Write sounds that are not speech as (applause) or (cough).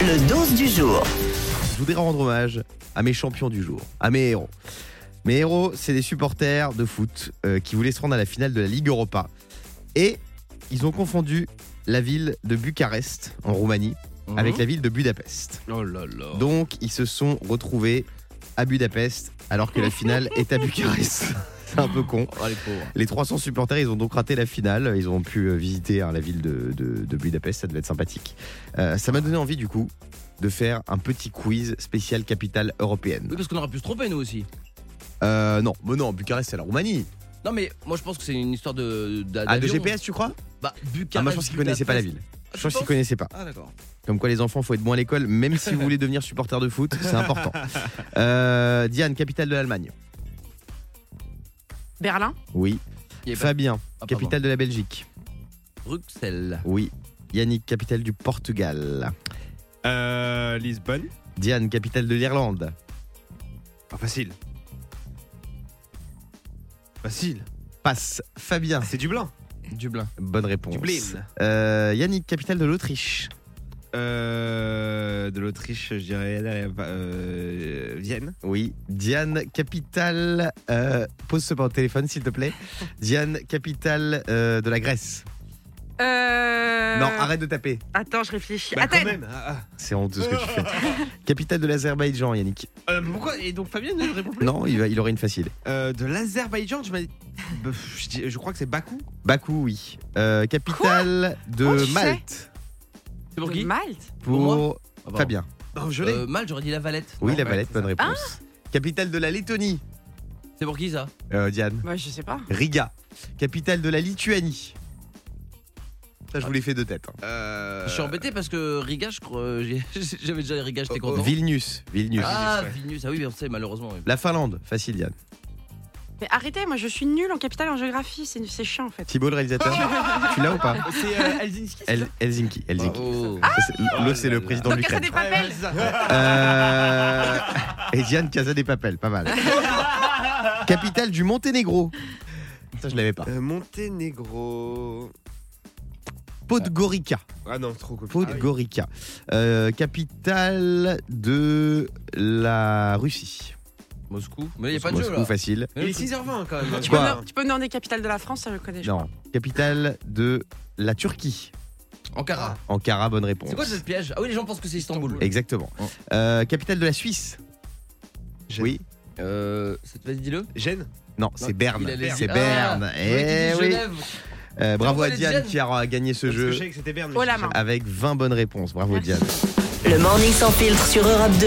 Le 12 du jour. Je voudrais rendre hommage à mes champions du jour, à mes héros. Mes héros, c'est des supporters de foot euh, qui voulaient se rendre à la finale de la Ligue Europa. Et ils ont confondu la ville de Bucarest, en Roumanie, avec la ville de Budapest. Mhm. Oh là là. Donc, ils se sont retrouvés à Budapest, alors que la finale est à Bucarest. C'est un peu con. Oh les pauvres. Les 300 supporters, ils ont donc raté la finale. Ils ont pu euh, visiter hein, la ville de, de- de Budapest. Ça devait être sympathique. Euh, ça m'a donné envie, du coup, de faire un petit quiz spécial capitale européenne. Oui, parce qu'on aurait pu se tromper nous aussi. Euh, non, mais non, Bucarest, c'est la Roumanie. Non, mais moi je pense que c'est une histoire de. d'a- Ah, de d'avion. GPS, tu crois Bah, Bucarest. Ah, moi, je pense qu'ils connaissaient pas la Budapest. ville. Ah, Je tu pense qu'ils penses connaissaient pas. Ah, d'accord. Comme quoi, les enfants, faut être bon à l'école, même si vous voulez devenir supporter de foot, (laughs) c'est important. Euh, Diane, capitale de l'Allemagne. Berlin, Oui. Il y avait pas- Fabien, Ah, pardon. capitale de la Belgique. Bruxelles. Oui. Yannick, capitale du Portugal. Euh, Lisbonne. Diane, capitale de l'Irlande. Pas facile. Facile. Passe. Fabien, C'est Dublin. Dublin. bonne réponse. Dublin. Euh, Yannick, capitale de l'Autriche. Euh, de l'Autriche, je dirais euh, Vienne. Oui. Diane, capitale. euh, pose ce pas au téléphone, s'il te plaît. (laughs) Diane, capitale euh, de la Grèce. euh... Non, arrête de taper. Attends, je réfléchis. Bah, quand Athènes, même. ah, C'est honteux ce que (laughs) tu fais. capitale de l'Azerbaïdjan, Yannick. ah. Euh, pourquoi Et donc Fabien ne répond plus. Non, il, va- il aurait une facile. Euh, de l'Azerbaïdjan, tu m'as dit. Bah, pff, Je, dis- je crois que c'est Bakou. Bakou, oui. Euh, capitale Comment de tu Malte. C'est pour de qui Malte, Oh, Pour moi Pour Ah, pardon. Fabien. Non, je l'ai. Euh, Mal, j'aurais dit la Valette. Oui, Non, la ouais, Valette, c'est bonne ça. Ah réponse. Capitale de la Lettonie. C'est pour qui ça Euh, Diane. bah, je sais pas. Riga. Capitale de la Lituanie. Ça, je vous l'ai fait de tête. hein. Euh, Je suis embêté parce que Riga, je crois. euh, j'ai- (laughs) J'avais déjà Riga, j'étais Oh, oh. content. Vilnius. Vilnius. Ah, Vilnius, ouais. Vilnius. Ah oui, mais on sait, malheureusement. oui. La Finlande. Facile, Diane. Mais arrêtez, moi je suis nulle en capitale et en géographie, c'est c'est chiant en fait. Thibault, le réalisateur. Oh. tu l'as (laughs) ou pas C'est euh, Helsinki. c'est El- Helsinki. Helsinki. Bravo. Ça, c'est- Ah L'autre, c'est là le là. président de Donc, ça l'Ukraine. des ça Ouais, ouais, papels c'est Euh, ça. (laughs) Et Diane Casa des Papels, pas mal. Capitale du Monténégro. Ça, je l'avais pas. Euh, Monténégro. Podgorica. Ah non, trop cool. Podgorica. Euh, capitale de la Russie. Moscou. Mais il n'y a pas de Moscou, jeu là. facile. Il est 6h20 quand même. Tu tu vois. peux, me, tu peux me donner capitale de la France, ça je connais. je Non. Capitale de la Turquie. Ah. Ankara. Ankara, bonne réponse. C'est quoi ce piège Ah oui, les gens pensent que c'est Istanbul. Exactement. Oh. Euh, capitale de la Suisse. J'ai- Oui. Euh. c'est- Vas-y, dis-le. Gênes. Non, c'est Berne. Il allait C'est dire- Berne. Ah, Eh je voulais oui. qu'il dise Genève. Euh, bravo à Bravo, Diane Diane. qui a gagné ce Parce que jeu je savais que c'était Berne. mais Oh je la sais main. avec 20 bonnes réponses. Bravo Merci. Diane. Le morning sans filtre sur Europe 2.